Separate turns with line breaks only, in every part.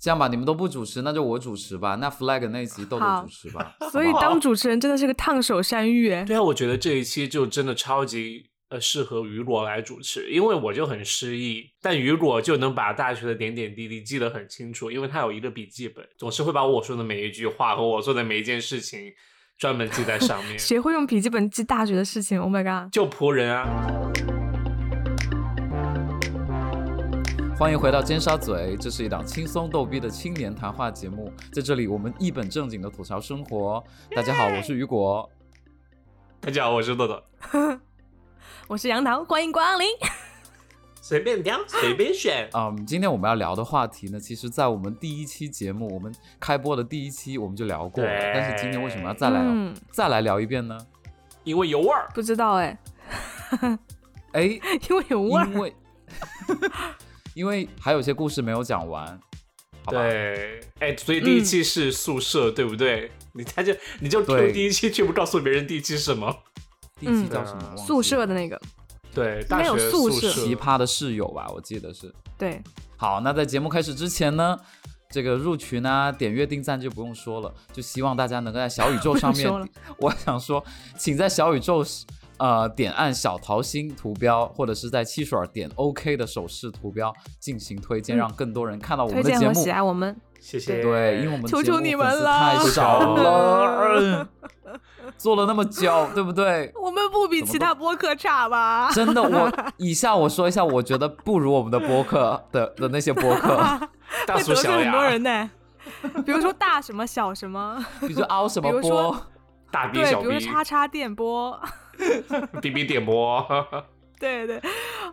这样吧，你们都不主持，那就我主持吧。那 flag 那一集豆豆
好
主持 吧。
所以
好不好
当主持人真的是个烫手山芋哎。
对啊，我觉得这一期就真的超级呃适合雨果来主持，因为我就很失意，但雨果就能把大学的点点滴滴记得很清楚，因为他有一个笔记本，总是会把我说的每一句话和我做的每一件事情专门记在上面。
谁会用笔记本记大学的事情？Oh my god！
就仆人啊，
欢迎回到尖沙咀，这是一档轻松逗逼的青年谈话节目，在这里我们一本正经的吐槽生活。大家好，我是雨果。。
大家好，我是豆豆，
我是杨桃，欢迎光临。
随便挑，随便选
嗯，今天我们要聊的话题呢，其实，在我们第一期节目，我们开播的第一期我们就聊过了，
对
但是今天为什么要再来聊、啊
嗯，
再来聊一遍呢？
因为有味儿，
不知道哎，
哎，
因为有味儿。
因为 因为还有些故事没有讲完，好吧？
对，哎，所以第
嗯
一期是宿舍，对不对？你他就你就 Q
对
第一期，却不告诉别人第一期是什么。
第一期叫什么？忘记了
嗯宿舍的那个，
对，
没
大
有
学
宿
宿
舍
奇葩的室友吧，我记得是。
对，
好，那在节目开始之前呢，这个入群啊、点阅、订赞就不用说了，就希望大家能够在小宇宙上
不用说了
面， 我想说，请在小宇宙呃点按小桃心图标，或者是在汽水儿点 OK 的手势图标进行推荐，
嗯
让更多人看到我们
推
的
荐
节
和
目。
喜爱我们。
谢谢。
对，因为我们
求
节
求
目
你
粉
们
丝
啦，
太少了 做了那么久，对不对？
我们不比
怎么
其他播客差吧？
真的，我以下我说一下，我觉得不如我们的播客的的那些播客，
大
会
俗
得罪
小
很多
雅，
人 呢。比如说大什么小什么，
比如说凹什么
比如说
播，
大 B
对，
小
比如说
B
叉叉电波，
B B 点播，
对对。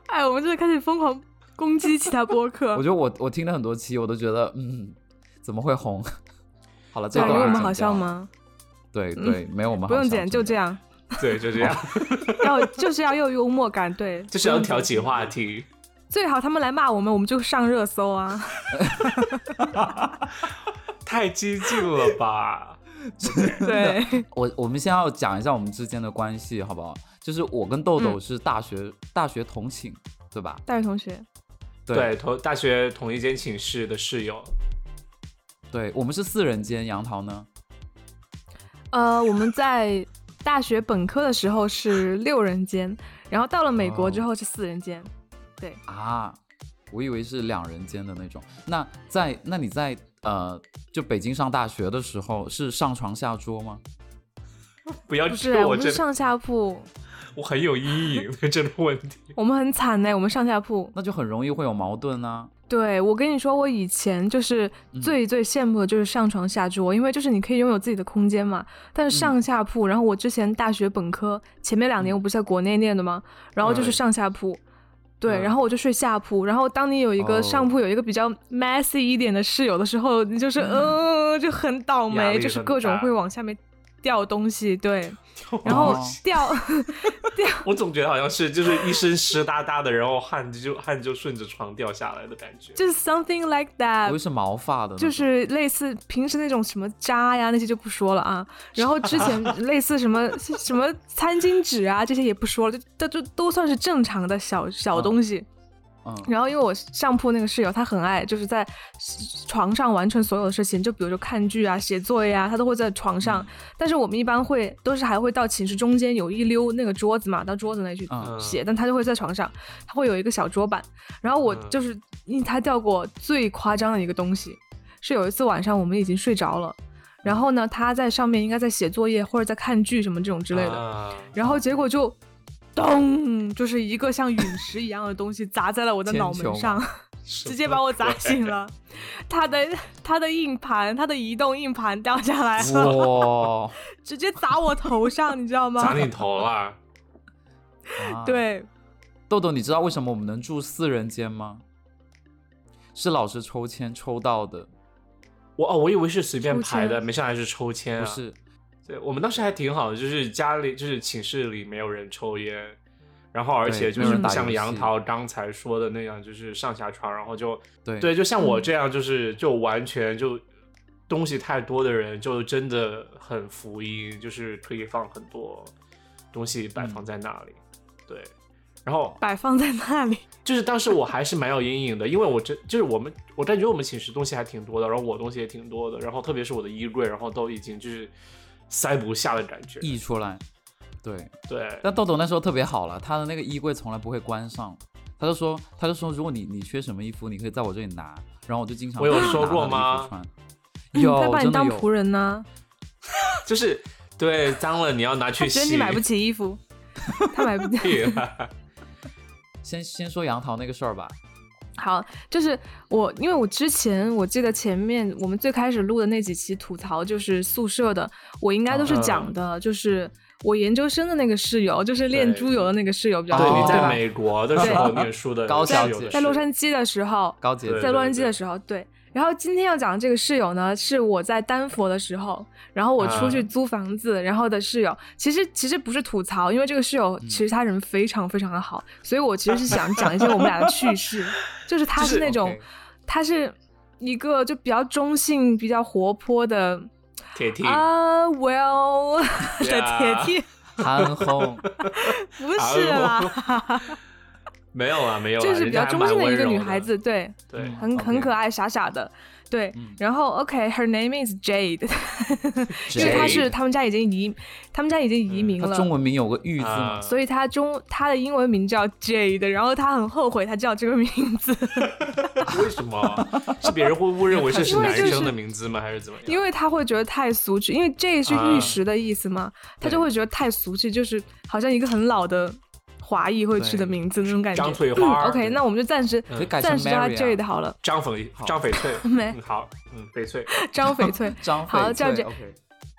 哎，我们就是开始疯狂攻击其他播客
我觉。得我我听了很多期，我都觉得嗯，怎么会红？ 好了，这
对，
个
有我
我
们好笑？吗？嗯
对对，没有我们
不用
好笑
剪，就这。样。
对，就这样，
要就是要有幽默感，对，
就是要挑起话题。
最好他们来骂我们，我们就上热搜啊。
太激进了吧？
对，
我我们先要讲一下我们之间的关系，好不好？就是我跟豆豆
嗯
是大学、大学同寝，对吧？
大学同学，
对，同大学同一间寝室的室友，
对，我们是四人间，杨桃呢？
呃，我们在大学本科的时候是六人间，然后到了美国之后是四人间。
啊，我以为是两人间的那种。那在那你在呃，就北京上大学的时候是上床下桌吗？
不要
不是，啊
对
我
我
们是
真
上下铺，
我很有阴影 对这个问题。
我们很惨呢、我们上下铺。
那就很容易会有矛盾啊。
对我跟你说，我以前就是
嗯
最最羡慕的就是上床下桌，因为就是你可以拥有自己的空间嘛。但是
嗯
上下铺，然后我之前大学本科前面两年我不是在国内念的吗？然后就是上下铺。对，
哎嗯
然后我就睡下铺。然后当你有一
哦
个上铺有一个比较 messy 一点的室友的时候，你就是呃就很倒
嗯压
霉，
力
就是
很
各种
大
会往下面掉东西。对， 然后
哦
掉
我总觉得好像是就是一身湿哒哒的，然后汗就汗就顺着床掉下来的感觉。
就是 something like
我
that
以为。是毛发的那种，
就是类似平时那种什么渣呀那些就不说了啊，然后之 前类似什么什么餐巾纸啊这些也不说了，就这就都算是正常的小小东西。
嗯，
然后因为我上铺那个室友，他很爱就是在床上完成所有的事情，就比如说看剧啊、写作业啊，他都会在床上。但是我们一般会都是还会到寝室中间有一溜那个桌子嘛，到桌子那里去
嗯
写，但他就会在床上，他会有一个小桌板。然后我
嗯
就是因为他掉过最夸张的一个东西，是有一次晚上我们已经睡着了，然后呢他在上面应该在写作业或者在看剧什么这种之类的，
啊
然后结果就。咚，就是一个像陨石一样的东西砸在了我的
铅
脑
球
门
嘛
上，直接把我砸醒了。他的他的硬盘，他的移动硬盘掉下来了。
哇，
直接砸我头上，你知道吗
砸？你头了。
啊，
对，
豆豆，你知道为什么我们能住四人间吗？是老师抽签抽到的，
我哦，我以为是随便
抽
排的，
签
没上来是抽签、啊。
不是
对我们当时还挺好的，就是家里就是寝室里没有人抽烟，然后而且就
没有人
是
打游
像
戏
杨桃刚才说的那样，就是上下床，然后就
对
对，就像我这样，就是就完全就东西太多的人，就真的很
嗯
福音，就是可以放很多东西摆放在那里。对，然后
摆放在那里。
就是当时我还是蛮有阴影的，因为我真就是我们，我感觉我们寝室东西还挺多的，然后我东西也挺多的，然后特别是我的衣柜，然后都已经就是塞不下的感觉。
溢出来。对，
对，
但豆豆那时候特别好了，他的那个衣柜从来不会关上，他就说，他就说，如果你你缺什么衣服，你可以在我这里拿，然后我就经常
我有
拿他的
说过
衣服
吗
穿？
他
有，
把你
真的
当
有
仆。人呢、
就是对脏了你要拿
他
去洗。
觉得你买不起衣服，他买不起。
屁啦
先先说杨桃那个事儿吧，
好，就是我，因为我之前我记得前面我们最开始录的那几期吐槽就是宿舍的，我应该都是讲的，就是我研究生的那个室友，就是练
嗯对
猪油的那个室友比较
哦
对，
多，
你
对
在
吧？
美国的时候念书 的
高
校
小
友
姐
的
在洛
事
杉矶的时候，
高姐
对
在洛杉矶的时候，对。然后今天要讲的这个室友呢，是我在丹佛的时候，然后我出去
啊
租房子，然后的室友，其实其实不是吐槽，因为这个室
嗯
友其实他人非常非常的好，所以我其实是想讲一 些我们俩的趣事，就是他
就是
是那种，
OK
他是一个就比较中性、比较活泼的
铁 T 啊
啊、w e l l 的
Yeah
铁 T，
憨 厚，
不是啦，
没有啊，没有啊，
就是
人
比较
家还
中
蛮
性的一
温
个
柔
女孩，子，对。
对，
嗯
很很
OK
可爱，傻傻的，对。
嗯
然后 OK，her、name is Jade，因为她
Jade
是他们家已经移，他们家已经移
嗯
民
他
了，
中文名有个玉字嘛
啊，
嗯所以她中她的英文名叫 Jade，然后她很后悔她叫这个名字，
为什么是别 人会误认为这是
因为
男
就是
生的名字吗？还是怎么样？
因为她会觉得太俗气，因为 Jade 是玉石的意思嘛，她就会觉得太俗气，就是好像一个很老的华裔会取的
对
名字那种感觉。
张翠花
嗯
儿
OK，那我们就暂时
嗯
可以改成
暂时叫她
Mary 啊
Jade 好了，
张翡
好
张翡翠，
没
嗯好，嗯，翡翠，
张翡翠。
张
好
翡
叫
翠
这
OK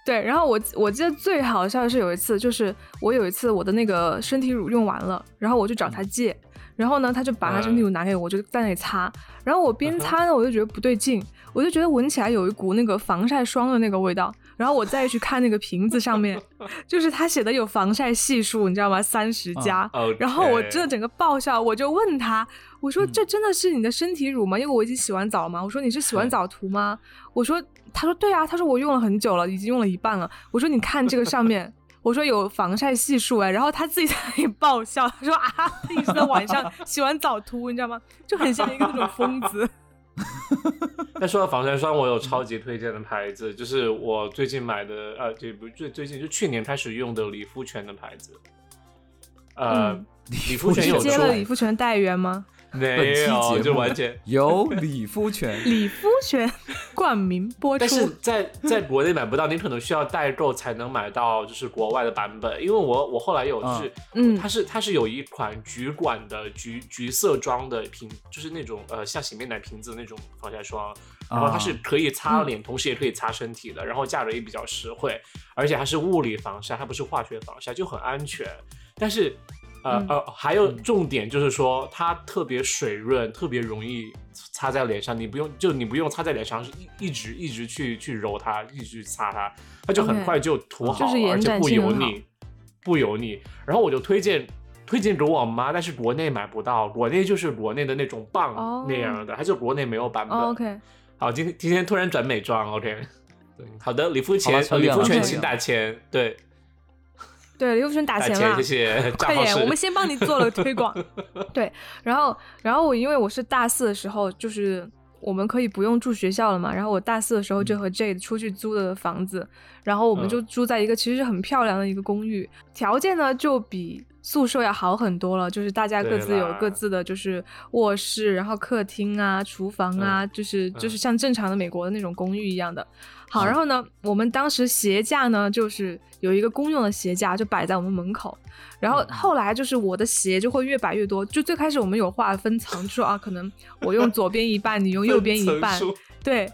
对，然后我我记得最好笑的是有一次，就是我有一次我的那个身体乳用完了，然后我就找他借，然后呢他就把他身体乳拿给我，我就在那里擦，然后我边擦呢我就觉得不对劲，我就觉得闻起来有一股那个防晒霜的那个味道，然后我再去看那个瓶子上面， 就是他写的有防晒系数，你知道吗？三十加。
OK
然后我真的整个爆笑，我就问他，我说
嗯
这真的是你的身体乳吗？因为我已经洗完澡嘛。我说你是洗完澡涂吗？我说，他说对啊，他说我用了很久了，已经用了一半了。我说你看这个上面，我说有防晒系数哎，然后他自己在那里爆笑，他说啊，他一直在晚上洗完澡涂，你知道吗？就很像一个那种疯子。
那说到防晒霜，我有超级推荐的牌子，就是我最近买的，呃，这不最最近就去年开始用的理肤泉的牌子。呃，
嗯
理肤泉
你
有
接了
出
李富全代言吗？
本
没
期节
有？
目
就完全。
有李肤泉，
李富全冠名播
但是
出，
在在国内买不到，你可能需要代购才能买到，就是国外的版本。因为我我后来有就是，
嗯
它是它是有一款橘管的橘橘色装的瓶，就是那种呃像洗面奶瓶子的那种防晒霜，然后它
啊
是可以擦
嗯
脸，同时也可以擦身体的，然后价格也比较实惠，而且它是物理防晒，它不是化学防晒，就很安全。但是，呃、
嗯
呃，还有重点就是说，它特别水润，特别容易擦在脸上，你不用就你不用擦在脸上，是一一直一直去去揉它，一直去擦它，它就很
OK
快就涂好，
就是延
而且
展
不
性
油
很好
腻，不油腻。然后我就推荐推荐给我妈，但是国内买不到，国内就是国内的那种
哦
棒那样的，它就国内没有版本。
哦 OK，
好，今天今天突然转美妆，OK。
对
好的，李富
好
全
了，扯
李
远
富
了
全
扯
请
远
打钱，对，
对，李富全打
打
钱
钱，
了
谢。 谢 账
快
号
点，
是
我们先帮你做了推 广。对，然后然后我因为我是大四的时候，就是我们可以不用住学校了嘛，然后我大四的时候就和 Jade 出去租的房子，然后我们
嗯
就住在一个其实很漂亮的一个公寓，条件呢就比。宿舍要好很多了，就是大家各
对
自有
啦
各自的，就是卧室，然后客厅啊、厨房啊，就是就是
嗯
像正常的美国的那种公寓一样的。好，然后呢，我们当时鞋架呢，就是有一个公用的鞋架，就摆在我们门口。然后
嗯
后来就是我的鞋就会越摆越多，就最开始我们有划分层，就说啊，可能我用左边一半，你用右边一
层
半，
数
对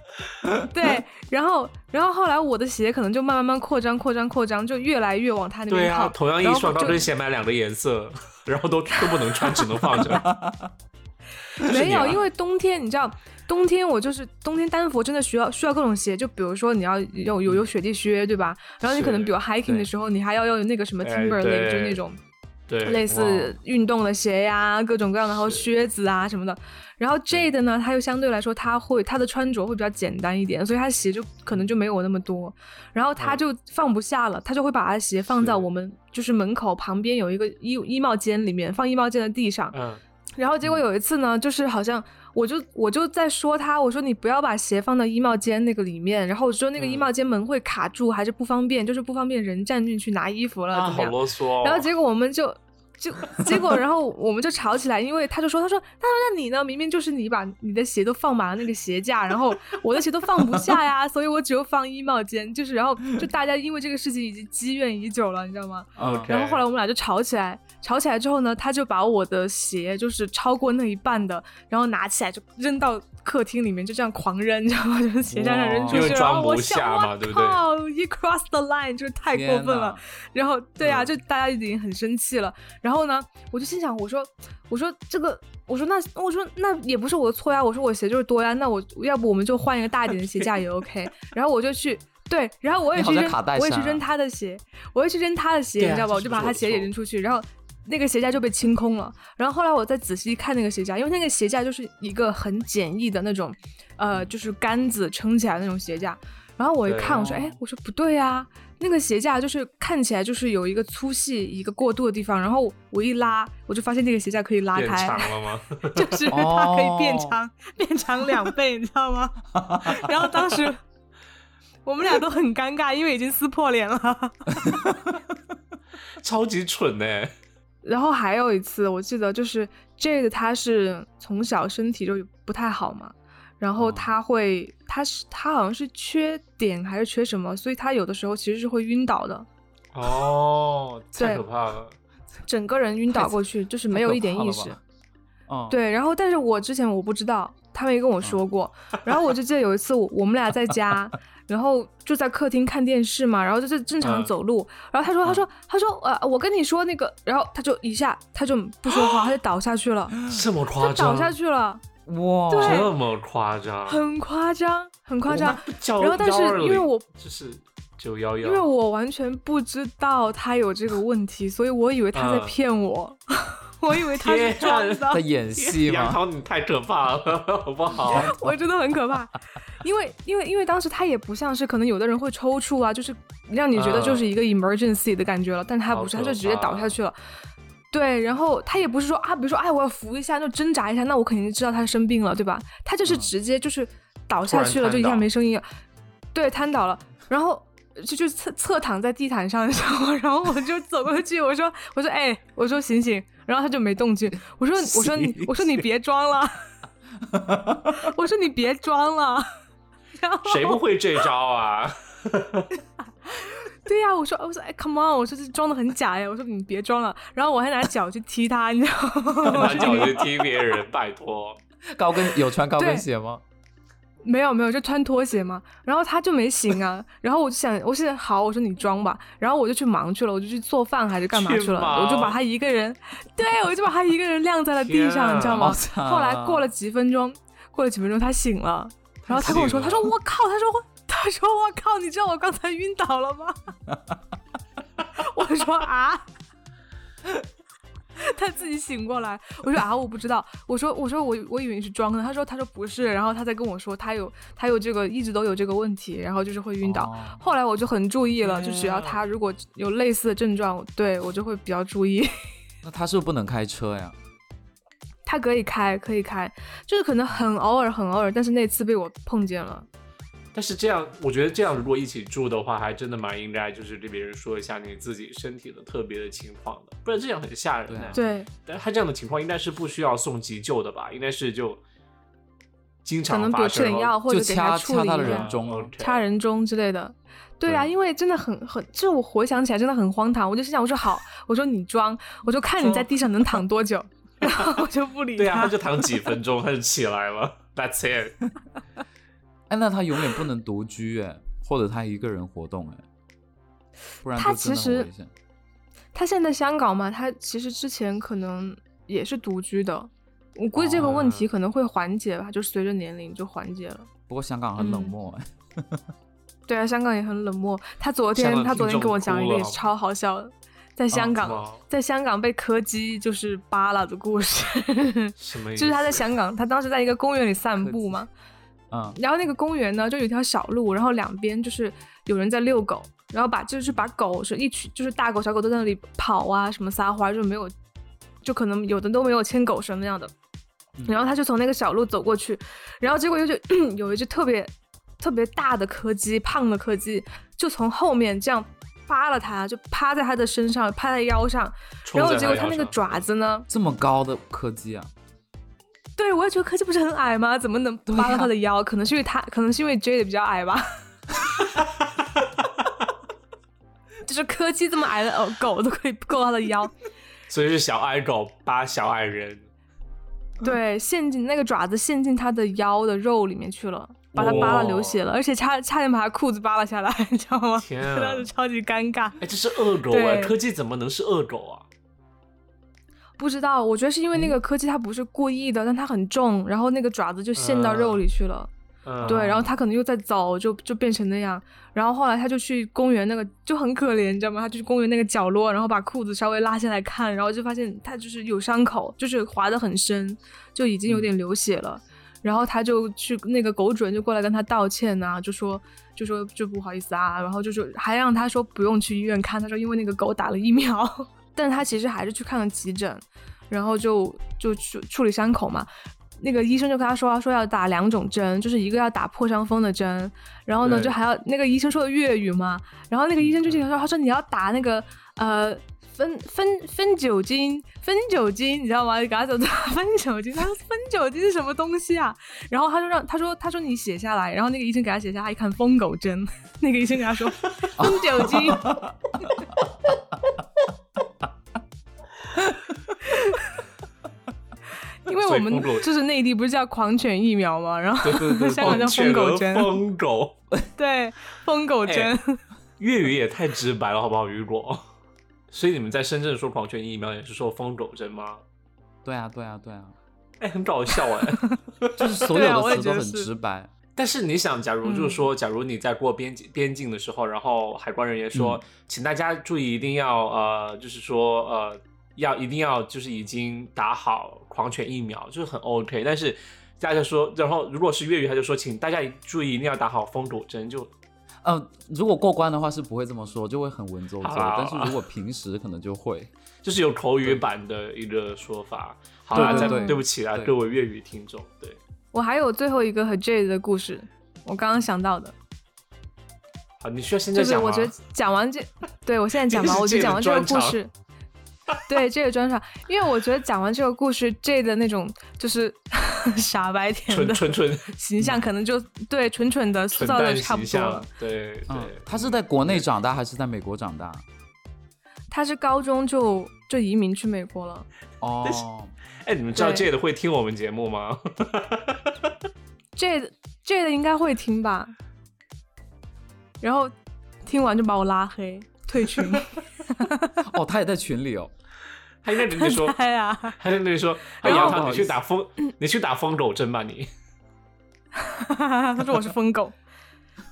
对。然后然后后来我的鞋可能就慢慢慢慢扩张扩张扩张，就越来越往他那
对
边
啊，
靠。
同样
然
一
后
双
就
高跟鞋买两个颜色， 然后都都不能穿，只能 放着。就是
没
你
有，
啊
因为冬天你知道，冬天我就是冬天丹佛真的需要需要各种鞋，就比如说你要有有有雪地靴，对吧？然后你可能
是
比如 hiking 的
对
时候，你还要要有那个什么
哎
Timberlake，、就
对
那种
对，
类似
哇
运动的鞋呀，各种各样的，然后靴子啊什么的。然后
嗯
Jade 呢，他又相对来说，他会他的穿着会比较简单一点，所以他鞋就可能就没有那么多。然后他
嗯
就放不下了，他就会把他鞋放在
是
我们就是门口旁边有一个衣衣帽间里面，放衣帽间的地上。
嗯，
然后结果有一次呢，就是好像我就我就在说他，我说你不要把鞋放到衣帽间那个里面，然后我说那个衣
嗯
帽间门会卡住，还是不方便，就是不方便人站进去拿衣服了，
啊，
怎么
好
样？
啰嗦哦。
然后结果我们就就结果，然后我们就吵起来，因为他就说，他说，他说那你呢？明明就是你把你的鞋都放满了那个鞋架，然后我的鞋都放不下呀， 所以我只有放衣帽间，就是然后就大家因为这个事情已经积怨已久了，你知道吗？
OK
然后后来我们俩就吵起来，吵起来之后呢，他就把我的鞋就是超过那一半的，然后拿起来就扔到客厅里面，就这样狂扔，你知道吗？就是鞋架上扔出
因
去，
为
然
装
后我
不
想，
下嘛
我
对不对
靠，you cross the line，就是 太过
天
分了
呐。，
然后对啊，
嗯
就大家已经很生气了。然后呢，我就心想，我说，我说这个，我说那，我说那也不是我的错呀，我说我鞋就是多呀，那我要不我们就换一个大一点的鞋架也 OK。然后我就去。对，然后我也
你好
去
像
扔
卡戴，
我也去
珊啊
扔他的鞋，我也去扔他的鞋，
对啊
你知道吧？
这
我
是
就
不
把
是
他
我的
鞋也
错
扔出去，然后那个鞋架就被清空了。然后后来我再仔细看那个鞋架，因为那个鞋架就是一个很简易的那种，呃，就是杆子撑起来的那种鞋架。然后我一
对
看，我说，
哦
哎，我说不对啊，那个鞋架就是看起来就是有一个粗细一个过渡的地方，然后我一拉，我就发现那个鞋架可以拉
变长
开，
了吗？
就是 它可以变
哦
长，变长两倍，你知道吗？ 然后当时我们俩都很尴尬，因为已经撕破脸了。
超级蠢呢、
然后还有一次，我记得就是 Jade 他是从小身体就不太好嘛，然后
嗯
他会，他是他好像是缺碘还是缺什么，所以他有的时候其实是会晕倒的，
哦，太
对
可怕了。
整个人晕倒过去，就是没有一点
太可怕
意
了
识。
吧。嗯，，
对，然后但是我之前我不知道，他没跟我说过。
嗯
然后我就记得有一次我我们俩在 家，然后就在客厅看电视嘛，然后就是正常
嗯
走路。然后他说他说他说呃我跟你说那个，然后他就一下他就不说话，他就倒下去了，
这么
他
夸张？
倒下去了，
哇，
对
这么夸张？
很夸张，很夸
我
张
妈。不叫
然后但是
120
因为我
就是九幺幺，
因为我完全不知道他有这个问题，所以我以为他在
嗯
骗我， 我以为他是
天啊
装的。
在演戏
杨
吗？
桃你太可怕了， 好不好？
我真的很可怕，因为因为因为当时他也不像是可能有的人会抽搐啊，就是让你觉得就是一个 emergency 的感觉了，但是他不是，
啊好
他
可
就直接
怕
倒下去了。对，然后他也不是说啊，比如说哎，我要扶一下，那挣扎一下，那我肯定知道他生病了，对吧？他就是
嗯
直接就是倒
突
下
然
去了，就一下
瘫倒
没声音了，对，瘫倒了，然后。就就侧侧躺在地毯上，你知道吗？ 然后我就走过去，我说我说哎，我说醒醒，然后他就没动静。我说我说你我说你别装了， 我说你别装了。然后
谁不会这 招啊？
对呀、我说我说哎，come on，我说这装的很假呀，我说你别装了。然后我还拿脚去踢他，你知道吗？我
拿
说
脚去踢别人，拜托。
高跟有穿高
对
跟鞋吗？
没有没有，就穿拖鞋嘛。然后他就没醒啊。然后我就想，我现在好，我说你装吧。然后我就去忙去了，我就去做饭还是干嘛
去
去了？
忙
我就把他一个人，对我就把他一个人晾在了地
天啊
上，你知道吗
好？惨啊
后来过了几分钟，过了几分钟他醒了，然后他跟我说，他
太
说
幸运了
我靠，他说我，他说我靠，你知道我刚才晕倒了吗？ 我说啊。 他自己醒过来，我说啊，我不知道，我说我说我我以为你是装的，他说他说不是，然后他再跟我说他有他有这个一直都有这个问题，然后就是会晕倒。
哦
后来我就很注意了，就只要
天啊
他如果有类似的症状，对我就会比较注意。
那他是不是不能开车呀？
他可以开，可以开，就是可能很偶尔，很偶尔，但是那次被我碰见了。
但是这样，我觉得这样如果一起住的话，还真的蛮应该，就是对别人说一下你自己身体的特别的情况的，不然这样很吓人
对
的、
啊
对，
但他这样的情况应该是不需要送急救的吧？应该是就经
可
常
能比
发
如吃
生
点
哦
药或
就
者给他
掐
处
掐
理
他的
一
人
下，
中啊，
OK
掐人中之类的。对啊，
对
因为真的很很，这我回想起来真的很荒唐。我就心想，我说好，我说你装，我就看你在地上能躺多久，然后我就不理
对啊，他
他。
就躺几分钟，他就起来了。That's it。
哎，那他永远不能独居哎，或者他一个人活动哎，不然
他
就真的
其实
很危险。
他现在在香港嘛，他其实之前可能也是独居的。我估计这个问题
哦
可能会缓解吧，就是随着年龄就缓解了。
不过香港很冷
嗯
漠哎，
对啊，香港也很冷漠。他昨
香
天
港
他昨
听
天
众
跟我讲
哭
一个
了啊
也
好
是
吗
超好笑的，在香港，
哇
在香港被柯基就是扒拉的故事，
什么意
就
思？
是他在香港，他当时在一个公园里散
柯基
步嘛，
嗯，
然后那个公园呢，就有一条小路，然后两边就是有人在遛狗，然后把就是把狗是一群，就是大狗小狗都在那里跑啊，什么撒欢儿，就没有，就可能有的都没有牵狗绳那样的。
嗯
然后他就从那个小路走过去，然后结果有就 有一只特别特别大的柯基，胖的柯基，就从后面这样扒了他，就趴在他的身上，趴在腰上，
冲
然后
在
结果
他
他
腰
那个
上
爪子呢，
这么高的柯基啊，
对我也觉得柯基不是很矮吗？怎么能扒
对
拉
呀
他的腰？可能是因为他，可能是因为 J 的比较矮吧。 就是柯基这么矮的哦，狗都可以够他的腰。
所以是小矮狗扒小矮人，
对，陷进那个爪子陷进他的腰的肉里面去了，把他扒拉流血了，而且差差点把他裤子扒拉下来，你知道吗？
天
当
啊
时！超级尴尬。
哎，这是恶狗哎，
对
柯基怎么能是恶狗啊？
不知道，我觉得是因为那个柯基它不是故意的，但它很重，然后那个爪子就陷到肉里去了。
嗯，
对，然后他可能又在走，就就变成那样。然后后来他就去公园那个，就很可怜，你知道吗？他就去公园那个角落，然后把裤子稍微拉下来看，然后就发现他就是有伤口，就是划得很深，就已经有点流血了。然后他就去那个狗主人就过来跟他道歉呐、就说就说就不好意思啊，然后就说还让他说不用去医院看，他说因为那个狗打了疫苗，但他其实还是去看了急诊，然后就就处处理伤口嘛。那个医生就跟他说，说要打两种针，就是一个要打破伤风的针，然后呢，
对
就还要那个医生说的粤语嘛，然后那个医生就跟他说，他说你要打那个呃分分分酒精，分酒精，你知道吗？给他走分酒精，他说分酒精是什么东西啊？然后他就让他说他说你写下来，然后那个医生给他写下，他一看疯狗针， 那个医生给他 说分酒精。 因为我
所以
们
疯狗
就是内地不是叫狂犬疫苗吗？然后
对对 对，
香港叫疯狗针
犬和疯狗，
对疯狗针，
粤语也太直白了，好不好？雨果， 所以你们在深圳说狂犬疫苗也是说疯狗针吗？
对啊对啊对啊，
哎，很搞笑哎。
就是所
对啊
有
我
的
也
词
觉
都
得
很
是
直白，
但是你想，假如就是
嗯
说，假如你在过边境边境的时候，然后海关人员说，
嗯
请大家注意，一定要呃，就是说呃，要一定要就是已经打好狂犬疫苗，就是很 OK。但是大家说，然后如果是粤语，他就说，请大家注意，一定要打好疯狗针，就
嗯，如果过关的话是不会这么说，就会很文绉绉
好啦。
但
好啦
是如果平时可能就 会，
就是有口语版的一个说法。好啦，
对对
咱
对
对不起啊，
对
各位粤语听众，对，
我还有最后一个和 J 的故事，我刚刚想到的，
好，你需要现在
就是
讲吗？
我觉得讲完这，对我现在讲
这
完，
是
我觉得
J 的
讲完这个
专
故事，对 J 的专场，因为我觉得讲完这个故事，J 的那种就是 傻白甜
纯
的
纯 纯嗯
形象，可能就对蠢蠢的塑
纯
造的
蛋
差不
形
多
象
了。，
对对
嗯，，他是在国内长大还是在美国长大？
他是高中就就移民去美国了
哦，
哎，你们知道
对
J 的会听我们节目吗？
，J 的 J 的应该会听吧，然后听完就把我拉黑退 群，
哦，他也在群里 哦。
他应该直接说，
哎呀，
他在那里说：“哎，
然后
杨
不
涛，
好
你
意
去
思
打疯，你去打疯狗针 吧你。
他说我是疯狗，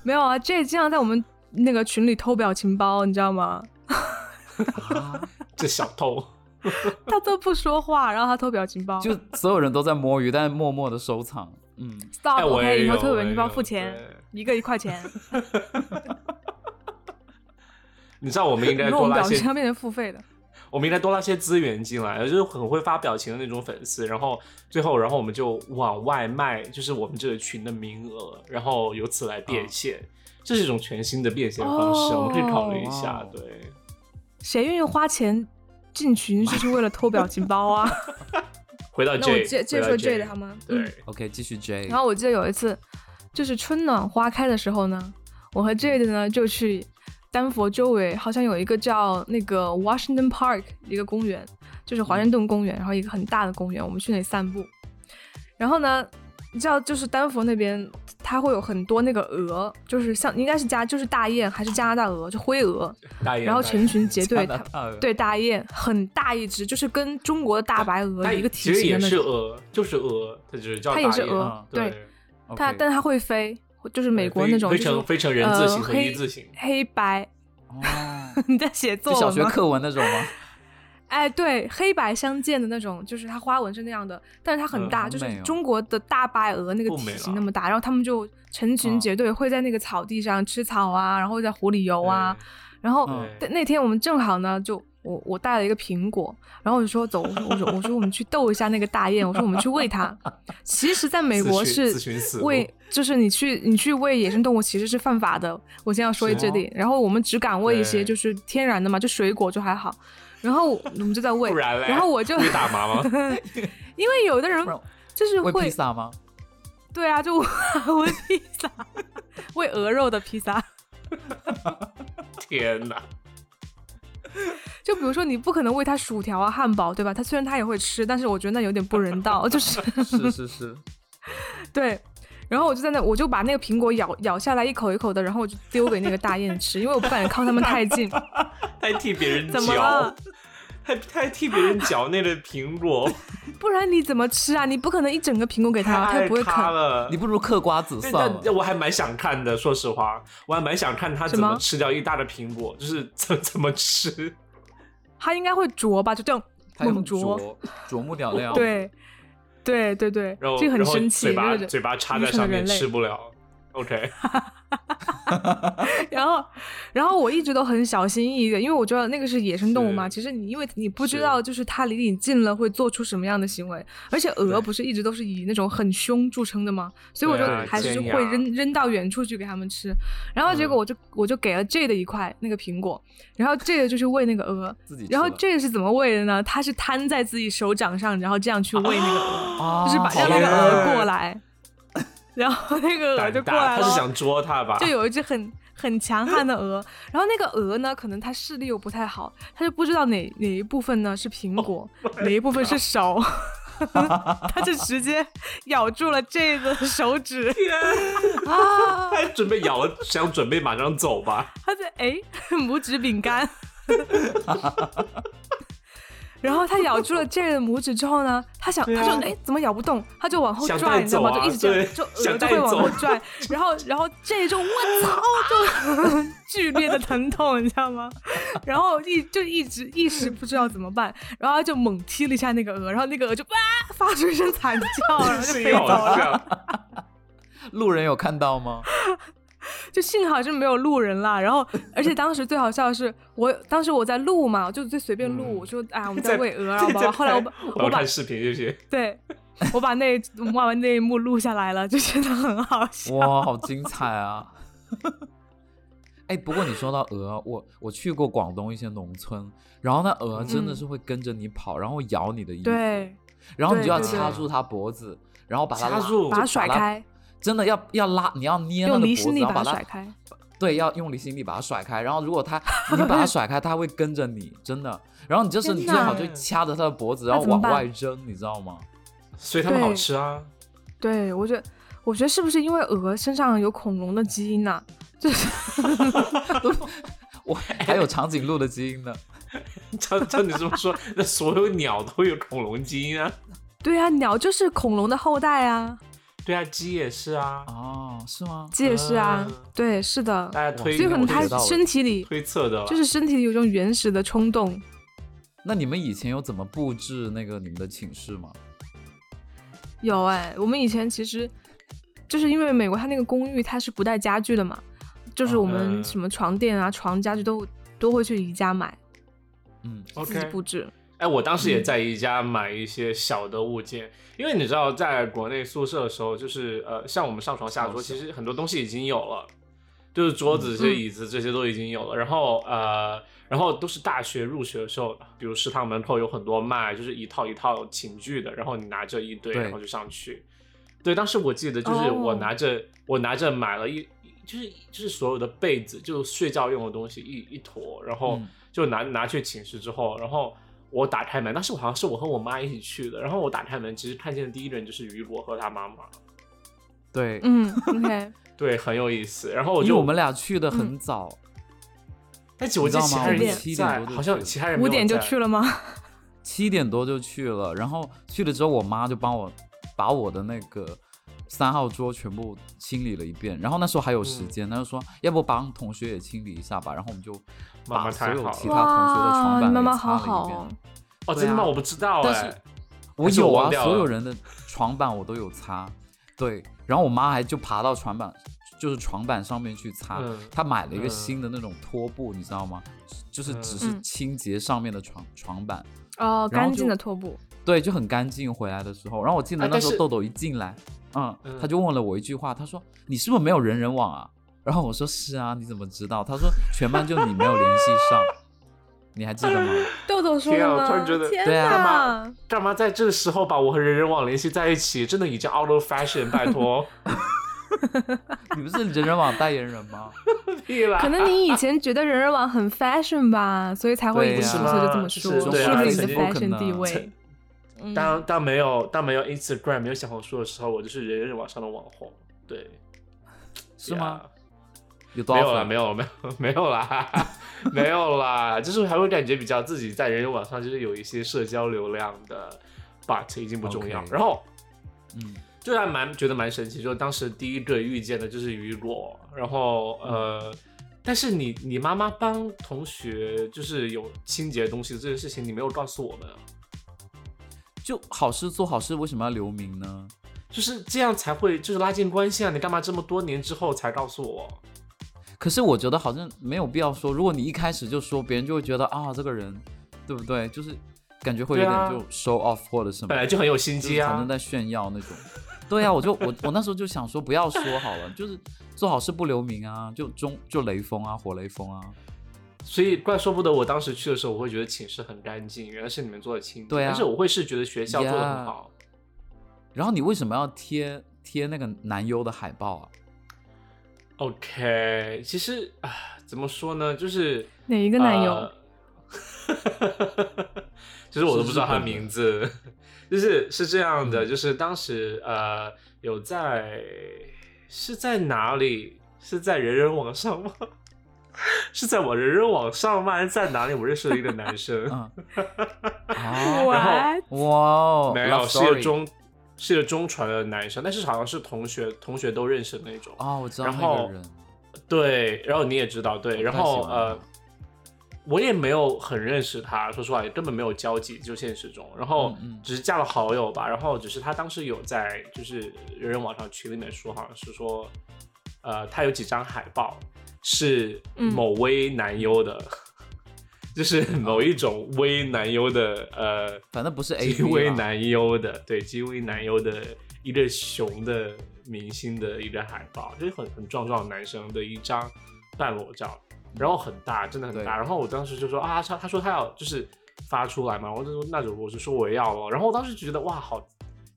没有啊，J 经常在我们那个群里偷表情包，你知道吗？
啊，”
这小 偷，
啊他都不说话，然后他偷表情包，
就所有人都在摸鱼，但 是默默的收藏。嗯，
stop，
哎，我也
以后
有，
偷
我
表
也
情包
有
付钱，。
对
一个一块 钱，
你知道我 们应该
以后
多
我们
拉
表
些
情，要变成付费的。
我们应该多拉些资源进来，就是很会发表情的那种粉丝。然后最后，然后我们就往外卖，就是我们这个群的名额，然后由此来
啊
变现，这是一种全新的变现方式，我们可以考虑一下
哦。
对，
谁愿意花钱进群就是为了偷表情包 啊？
回到
那我
J，
接接
回
说
到
J 的好吗？嗯
对，
OK，继续 J。
然后我记得有一次，就是春暖花开的时候呢，我和 Jade 呢就去丹佛周围，好像有一个叫那个 Washington Park 一个公园，就是华盛顿公园，然后一个很大的公园，我们去那里散步。然后呢，你知道就是丹佛那边它会有很多那个鹅，就是像应该是加就是大雁还是加拿大鹅，就灰鹅，
大爷，
然后
大爷
成群结队，
加拿
它
大人，
对大雁很大一只，就是跟中国的大白鹅
它
一个
其
体
实
型的
也
那
是
种。
鹅，就是鹅，它只是叫
它也是
大雁
鹅
对。
对
OK，
它但它会飞，就是美国
非
那种
非
就是
成非成人字形
呃
和
黑
一字形，
黑白，
哦，
你在写作
就
文吗？
小学课文那种吗？
哎，对，黑白相间的那种，就是它花纹是那样的，但是它很大，
嗯
就是
好美哦
中国的大白鹅那个
不美
体型
了
那么大，然后他们就成群
嗯
结队会在那个草地上吃草啊，然后在湖里游啊，然后
嗯
但那天我们正好呢，就我我带了一个苹果，然后我就说走，我说我说我说我们去逗一下那个大雁，我说我们去喂它。其实，在美国
自寻
是
自寻死路
喂，就是你去你去喂野生动物其实是犯法的。我先要说一
是
这里，然后我们只敢喂一些
对
就是天然的嘛，就水果就还好。然后我们就在喂，
不然嘞，
然后我就
不是打麻吗？
因为有的人
不然
就是
喂披
会，
萨 吗？
对啊，就 喂披萨， 喂鹅肉的披萨。
天哪！
就比如说，你不可能喂它薯条啊、汉堡，对吧？它虽然它也会吃，但是我觉得那有点不人道，就是
是是是，
对。然后我就在那，我就把那个苹果咬咬下来一口一口的，然后我就丢给那个大雁吃，因为我不敢靠它们太近。
还替别人
怎么了
嚼，还还替别人嚼那个苹果，
不然你怎么吃啊？你不可能一整个苹果给它，它
太
又不会
咖
啃。
了
你。不如嗑瓜子
但
算了。
但我还蛮想看的，说实话，我还蛮想看他怎
什
么
么
吃掉一大的苹果，就是怎怎么吃。
它应该会啄吧？就这样
他用
猛啄。
啄啄木鸟那样，，
对，对对对，
然后
这个很
然后
生气。
嘴巴
这个
嘴巴插
愚
在
蠢的
上面
人类
吃不了。OK，
然后，然后我一直都很小心翼翼的，因为我觉得那个是野生动物嘛。
是
其实你因为你不知
是
道，就是它离你近了会做出什么样的行为，而且
对
鹅不是一直都是以那种很凶著称的嘛，所以我就
对啊
还是
尖牙
会扔扔到远处去给它们吃。然后结果
嗯
我就、我就给了 J 的一块那个苹果，然后 J 的就是喂那个鹅，
自己吃
然
了。
后 J 是怎么喂的呢？它是摊在自己手掌上，然后这样去喂那个鹅，
啊
就是把
好
让那个
好
鹅
耶
过来，然后那 个鹅
胆
就过
大，
来
他
了
是。想捉他吧？
就 有一只很很强悍的鹅，然后那个鹅呢，可能它视力又不太好，它就不知道哪哪一部分呢是苹果，
哦
哪一部分是
啊
手， 它就直接咬住了这个手指 啊！
他准备咬了，想准备马上走吧？
它在哎拇指饼 干，然后它咬住了这个拇指之后呢，它想，
对啊
它就哎怎么咬不动，它就往后
想
拽，
带
你知道吗？
走啊
就一直这样，
对
就
想
鹅就
带
会往
走
后拽，然后然后这就我操，就 剧烈的疼痛，你知道吗？然后一就一直一时不知道怎么办，然后它就猛踢了一下那个鹅，然后那个鹅就啊发出一声惨叫，然 后就
是
飞走
要
了。
这样，
路人有看到吗？
就幸好是没有路人啦。然后，而且当时最好笑的是，我当时我在录嘛，我就就随便录，
嗯
我说哎，我们
在
在喂鹅啊，
在
宝
在
宝。后来我把
拍
我
我
把
看视频这些，
对，我把那我把那一幕录下来了，就觉得很好笑。
哇，好精彩啊！哎，不过你说到鹅，我我去过广东一些农村，然后那鹅真的是会跟着你跑，然后咬你的衣服，
嗯对，
然后你
对
就要
对
掐
对
住它脖子，然后把它
掐
拉
住
把它甩，开，
真的要要拉，你要捏它
用
的
离
脖
心
子，
力
然后
把它
它
甩开。
对，要用离心力把它甩开。然后如果它你把它甩开，它会跟着你，真 的。然后你这时候你
天
最好就
哪
掐着它的脖子，
那
然后
怎么
往
办
外扔，你知道 吗？
所以他们好
对
吃啊。
对，我觉得，我觉得是不是因为鹅身上有恐龙的基因呐、就是
我 还有长颈鹿的基因呢。
照照你这么说，那所有鸟都有恐龙基因啊？
对啊，鸟就是恐龙的后代啊，
对啊，鸡也是啊。
哦，是吗？
鸡也是啊，
嗯
对，是的，
大家推，
所以可能
我
它
知道了
身体里
推测的吧，
就是身体里有一种原始的冲动，
那你们以前有怎么布置那个你们的寝室吗？
有哎、我们以前其实就是因为美国它那个公寓它是不带家具的嘛，就是我们
嗯
什么床垫啊、床家具都都会去宜家买
嗯，
自己
OK
布置。
哎，我当时也在宜家买一些小的物件，因为你知道，在国内宿舍的时候，就是呃，像我们上床下
超
桌，
小嗯
其实很多东西已经有了，就是桌子、这些椅子这些都已经有了。然后呃，然后都是大学入学的时候，比如食堂门口有很多卖，就是一套一套寝具的，然后你拿着一堆，
对
然后就上去。对，当时我记得就是
哦
我拿着、我拿着买了一。就是就是所有的被子，就睡觉用的东西一一坨，然后
嗯
就拿拿去寝室之后，然后我打开门，当时我好像是我和我妈一起去的，然后我打开门，其实看见的第一人就是雨果和他妈妈，
对，
嗯，OK，
对，很有意思。然后
因
我
为
就
我们，俩去的
嗯
很早，
但其实我记得其他人
你知
也
道吗
我们七点多就
在，好像
去了
其他人没
五
有
点就
在
去了吗？
七点多就去了，然后去了之后，我妈就帮我把我的那个三号桌全部清理了一遍。然后那时候还有时间，他就说要不帮同学也清理一下吧。然后我们就
妈妈
把所
太
有
好
其
了
他同学的
哇
床
你
板
妈妈
也擦
好好
了一遍。
哦
哦，
对
真的吗？
啊
我不知道
但
哎、
是
还
我
是
有
我忘
啊，
掉
所有
了
人的床板我都有擦，对。然后我妈还就爬到床板，就是床板上面去擦。
嗯
她买了一个
嗯
新的那种拖布，你知道吗？就是只是
嗯
清洁上面的床床板，
哦，
然后
干净
就
的拖布，
对，就很干净。回来的时候，然后我记得
啊
那
但
时候
是
豆豆一进来，嗯，
嗯
他就问了我一句话，他说：“你是不是没有人人网啊？”然后我说：“是啊，你怎么知道？”他说：“全班就你没有联系上， 你还记得吗？”
豆豆说
天
的
啊我
吗？
突然觉得
天
对啊
妈
哪
干嘛在这个时候把我和人人网联系在一起？真的已经 out of fashion，拜 托，
你不是人人网代言人吗？
屁啦！
可能你以前觉得人人网很 fashion 吧，所以才会
对
一
呀
时不时就这么说，
是
是
对啊
不是你的
曾经不可
fashion
能
地位
曾？
嗯
当当没有当没有 Instagram 没有小红书的时候，我就是人人网上的网红。对，
是吗？
呀？
有多
没
少
有啦，啊
粉
没有，没有， 没有啦，没有啦，就是还会感觉比较自己在人人网上就是有一些社交流量的，but 已经不重要。
OK
然后
嗯
就还蛮觉得蛮神奇，就是当时第一个遇见的就是雨果，然后
嗯
呃，但是你你妈妈帮同学就是有清洁东西这件事情，你没有告诉我们啊，
就好事做好事，为什么要留名呢？
就是这样才会就是拉近关系啊，你干嘛这么多年之后才告诉我？
可是我觉得好像没有必要说，如果你一开始就说，别人就会觉得啊，这个人对不对？就是感觉会有
对啊
点就 show off 或者什么
本，来就很有心
就是
机
好
啊
像，在炫耀那种。对啊，我就我我那时候就想说，不要说好了，就是做好事不留名啊，就中就雷锋啊，火雷锋啊，
所以怪说不得我当时去的时候，我会觉得寝室很干净，原来是你们做的清洁，
对啊
但是我会是觉得学校做的很好。
然后你为什么要贴贴那个男优的海报啊？
OK，其实啊，怎么说呢，就是
哪一个男友？
呃 其实我都不知道他名字，就是是这样
嗯
的，就是当时呃有在是在哪里？是在人人网上吗？ 是在我人人网上吗？还是在哪里？我认识了一个男生。
嗯，啊，
哇，
哇哦，
没有，
love
是一个
story
中是一个中传的男生，但是好像是同学同学都认识的那种。
哦，我知道
然
那
后
个人，
对，然后你也知道，对，然后
我太喜欢
呃
他，
我也没有很认识他，说实话也根本没有交集，就现实中，然后
嗯嗯
只是加了好友吧，然后只是他当时有在就是人人网上群里面说，好像是说，呃，他有几张海报是
嗯
某微男优的。 就是某一种微男优的呃
哦反正不是 A 啊
极
V
为男优的，对，极为男优的一个熊的明星的一个海报，就是很很壮壮的男生的一张半裸照，然后很大，真的很大。
对
然后我当时就说啊，他他说他要就是发出来嘛，我就说那就我就说我要了。然后我当时就觉得哇，好，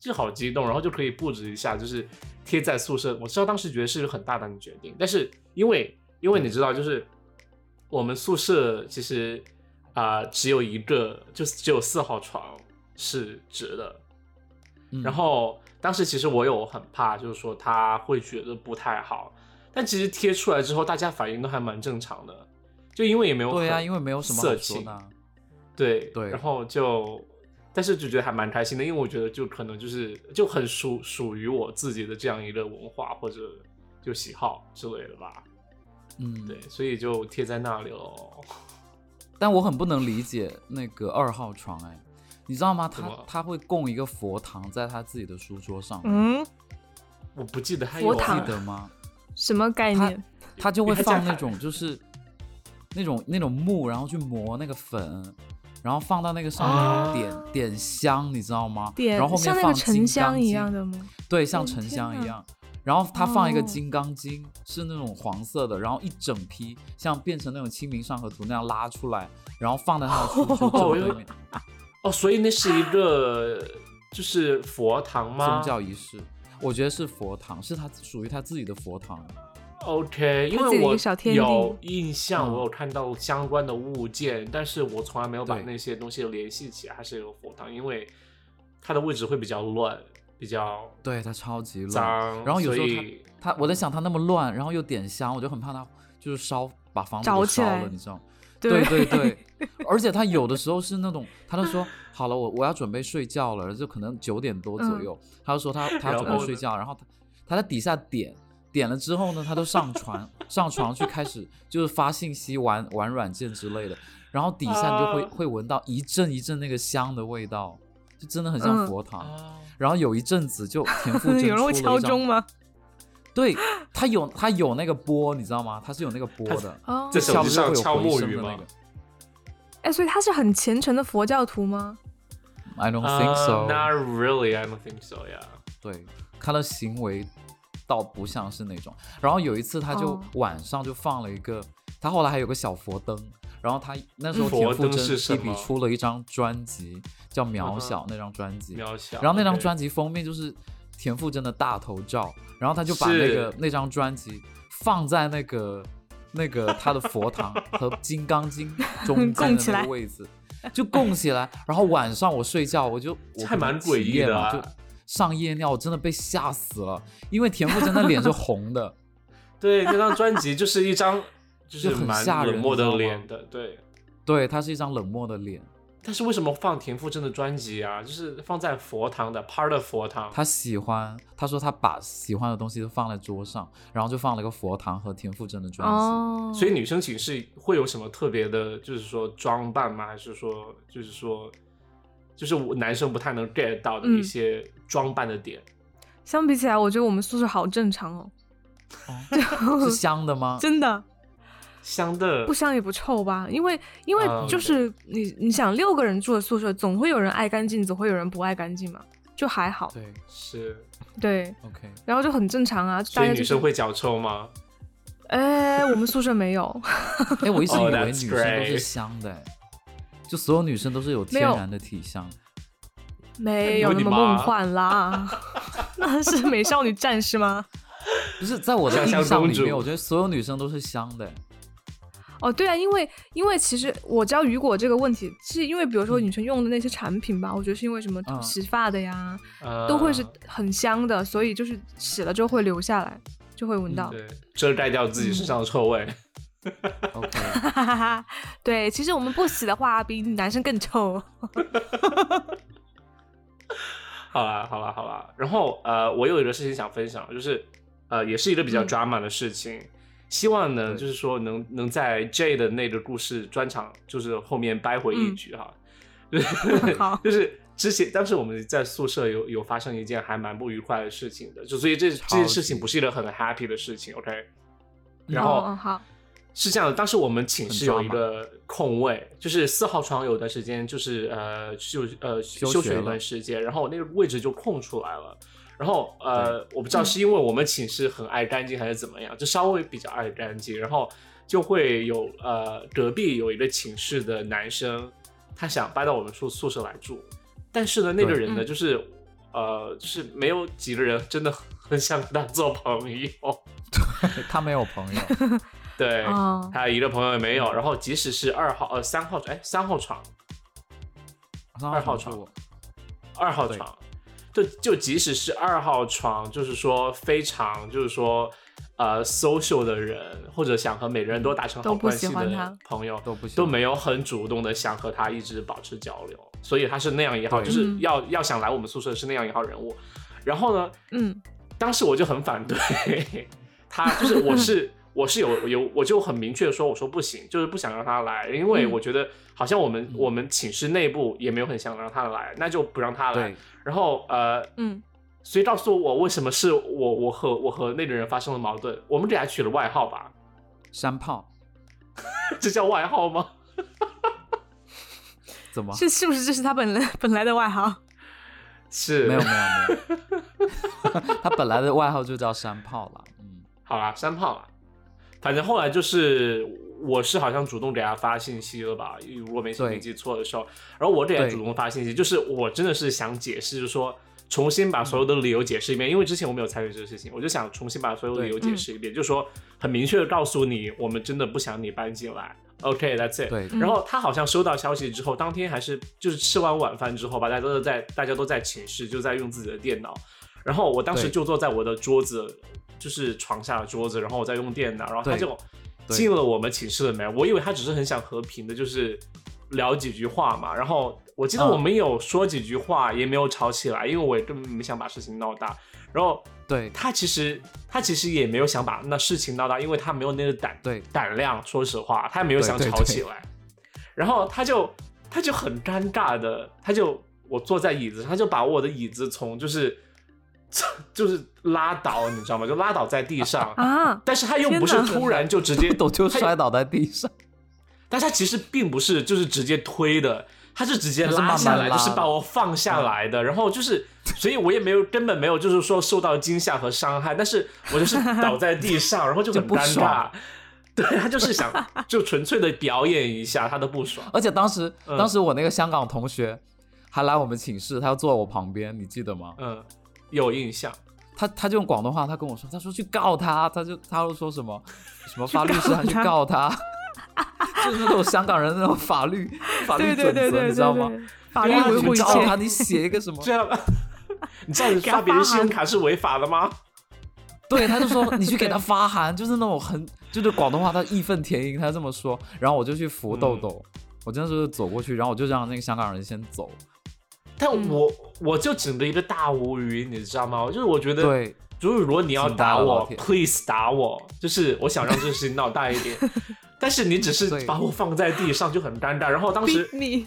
就是好激动，然后就可以布置一下，就是贴在宿舍。我知道当时觉得是一个很大胆的决定，但是因为因为你知道，就是我们宿舍其实啊、只有一个，就是只有四号床是直的，
嗯
然后当时其实我有很怕，就是说他会觉得不太好，但其实贴出来之后，大家反应都还蛮正常的，就因为也没有
对啊，
很
因为没有什么
色
好说
情
的啊。
对
对
然后就，但是就觉得还蛮开心的，因为我觉得就可能就是就很属属于我自己的这样一个文化或者就喜好之类的吧，
嗯，
对，。所以就贴在那里了。
但我很不能理解那个二号床，哎，你知道吗？
怎
他
么了
他会供一个佛堂在他自己的书桌上，
嗯，
我不记得还
佛
有
堂
记得吗？
什么概
他
念？
他就会
你还加
放那
海
种就是那种那种木，然后去磨那个粉，然后放到那个上
啊
面点、点香，你知道吗？
点
然后后面
像那
放
个
金
沉
刚
香一
经
样的吗？
对，
哦
像沉
天
香
哪
一样。然后他放一个
哦
《金刚经》是那种黄色的，然后一整批像变成那种《清明上河图》那样拉出来，然后放在 他的书桌
哦
正对面，
哦，所以那是一个就是佛堂吗？
宗教仪式。我觉得是佛堂，是他属于他自己的佛堂。
OK，因
自己
为
的一
我
个小天地
有印象，
嗯
我有看到相关的物件，但是我从来没有把
对
那些东西联系起来，还是有佛堂，因为它的位置会比较乱，比较
对他超级乱，
脏，
然后有时候
所以
他我在想他那么乱，然后又点香，我就很怕他就是烧把房子
着
给
起
烧
来
了，你知道吗？对对 对，而且他有的时候是那种，他就说
嗯
好了，我我要准备睡觉了，就可能九点多左右，他就说他他要
然
准备
后
睡
呢
觉，然后他他在底下点点了之后呢，他就上传上床去开始就是发信息、玩玩软件之类的，然后底下你就
哦
会、
啊
会闻到一阵一阵那个香的味道，就真的很像
嗯
佛堂。
啊，
然后有一阵子就 田馥甄
有人会
出了
敲
一张
钟吗？
对他有他有那个波，你知道吗？他是有那个波的，
哦，
这
下
手
不
机
是会
上
有
敲
回
木
声
鱼
的那
吗
个。
哎，所以他是很虔诚的佛教徒吗？
I don't think so
Uh, not really. I don't think so. Yeah.
对他的行为倒不像是那种。然后有一次他就
哦
晚上就放了一个，他后来还有个小佛灯。然后他那时候
佛
田馥
灯是什
甄一笔
么
出了一张专辑叫《
嗯
渺
哼
小》那张专辑，
渺小。
然后那张
OK
专辑封面就是田馥甄的大头照，然后他就把那
是
个那张专辑放在那个那个他的佛 堂和《金刚经》中间
供
的
起
那
来
个位置，就供起来。然后晚上我睡觉，我就我
还
可能
蛮诡
起
异
夜
的
嘛
啊
就上夜尿，我真的被吓死了，因为田馥甄的脸是红的，
对，那张专辑就是一张就是
就很
蛮
吓人
冷漠
你知道
的
吗
脸的，对。
对，他是一张冷漠的脸，
但是为什么放田馥甄的专辑啊？就是放在佛堂的 part of 佛堂，
他喜欢，他说他把喜欢的东西都放在桌上，然后就放了个佛堂和田馥甄的专辑。
哦，
所以女生寝室会有什么特别的，就是说装扮吗？还是说就是说就是我男生不太能 get 到的一
嗯
些装扮的点？
相比起来，我觉得我们宿舍好正常哦，
是香的吗？
真的
香的
不香也不臭吧？因为因为
啊
就是你你想六个人住的宿舍，总会有人爱干净，总会有人不爱干净嘛，就还好，
对
是，
对，
，OK。
然后就很正常啊，
所
大
以
家
女
就是
生会脚臭吗？
哎，我们宿舍没有，
哎，我一直以
Oh,
为
that's
女生都是
great.
香的，哎就所有女生都是有天
没有
然的体香。
没有
有
那
你
么
妈
梦幻啦， 那是美少女战士吗？
不是在我的
香
印
香
象
公
里面，
主
我觉得所有女生都是香的。哎
哦，对啊，因为因为其实我知道雨果这个问题，是因为比如说女生用的那些产品吧，我觉得是因为什么
嗯
洗发的呀，
呃，
都会是很香的，所以就是洗了之后会留下来，就会
嗯
闻到。
对遮盖掉自己身上的臭味。
OK，
哈哈哈，对，其实我们不洗的话，比男生更臭。
好啦，好啦，好啦。然后呃，我有一个事情想分享，就是呃，也是一个比较
嗯
drama 的事情，希望呢，
对
就是说能能在 J 的那个故事专场，就是后面掰回一
嗯
局哈。 就是
好
就是之前当时我们在宿舍有有发生一件还蛮不愉快的事情的，就所以这这件事
超级
情不是一个很 happy 的事情，OK。然后、
嗯嗯好，
是这样的，当时我们寝室有
很
一
drama
个空位，就是四号床有段时间就是呃休呃
休
休
学
学
了
一段时间，然后那个位置就空出来了。然后呃，我不知道是因为我们寝室很爱干净还是怎么样，就稍微比较爱干净，然后就会有呃隔壁有一个寝室的男生，他想搬到我们宿宿舍来住，但是呢，那个
对
人呢，
嗯
就是呃就是没有几个人真的很想跟他做朋友，
他没有朋友，
对，
哦
还有一个朋友也没有。然后即使是二号呃三号哎三号床
三
二号
床
床
是我
二号
对
床，就就即使是二号床，就是说非常就是说呃 social 的人，或者想和每个人都达成
都
好
不
关系
喜欢
的
他
朋友，
都不行，
都没有很主动的想和他一直保持交流，所以他是那样一号，
对
就是
嗯
要、要想来我们宿舍是那样一号人物。然后呢，
嗯，
当时我就很反对 他，就是我是我是有有我就很明确的说，我说不行，就是不想让他来，因为
嗯
我觉得好像我们、
嗯
我们寝室内部也没有很想让他来，那就不让他来
对。，
然后呃，
嗯，
所以告诉我为什么是我我和我和那个人发生了矛盾，我们给他取了外号吧，
山炮
这叫外号吗？
怎么？
是是不是这是他本来本来的外号？
是
没有没有没有， 他本来的外号就叫山炮了。嗯，
好啦，三炮啦。反正后来就是我是好像主动给他发信息了吧，如果没
对
记错的时候，然后我给他
对
主动发信息，就是我真的是想解释，就是说重新把
嗯
所有的理由解释一遍，因为之前我没有参与这个事情，我就想重新把所有的理由
对嗯
解释一遍，就说很明确的告诉你，我们真的不想你搬进来。OK，that's、it。
对，
嗯，
然后他好像收到消息之后，当天还是就是吃完晚饭之后吧，大家都在大家都在寝室，就在用自己的电脑。然后我当时
对
就坐在我的桌子，就是床下的桌子，然后我在用电脑，然后他
对
就
对
进了我们寝室的门。我以为他只是很想和平的，就是聊几句话嘛。然后我记得
嗯
我们有说几句话，也没有吵起来，因为我也根本没想把事情闹大。然后
对
他其实他其实也没有想把那事情闹大，因为他没有那个胆
对
胆量，说实话，他没有
对
想
对
吵
对
起来，然后他就他就很尴尬的，他就我坐在椅子上，他就把我的椅子从就是 就是拉倒，你知道吗？就拉倒在地上
啊，
但是他又
天
不是
哪
突然就直接
不懂就
他也
摔倒在地上。
但他其实并不是就是直接推的，他是直接
他是慢
拉
慢
下来，
拉
就是
的嗯
把我放下来的。然后就是，所以我也没有根本没有就是说受到惊吓和伤害，但是我就是倒在地上，然后就
就
很
不
尴尬
爽。
对他就是想就纯粹的表演一下他的不爽。
而且当时，
嗯
当时我那个香港同学还来我们寝室，他要坐我旁边，你记得吗？
嗯，有印象。
他他就用广东话，他跟我说，他说去告他，他就他又说什么什么
去
发律师
告
函去
他
告他， 就是那种香港人的那种法律法律
对对
准
对
则，
对
你知道吗
对？对，法律
对啊
维
你
护一
告他，
切。
你写一个什么？
这样， 你知道你
给他
刷别人
发
信用
函
卡是违法的吗？
对，他就说你去给他发函，就是那种很就是广东话，他义愤填膺，他这么说，然后我就去扶豆
嗯
豆，我真的是走过去，然后我就让那个香港人先走，
但
嗯
我、我就整个一个大无语，你知道吗？就是我觉得
对，
就是如果你要
请打
打
我
我
老铁
，please 打我，就是我想让这个事情闹大一 点，但是你只是
对
把我放在地上就很尴尬。然后当时
Beat me，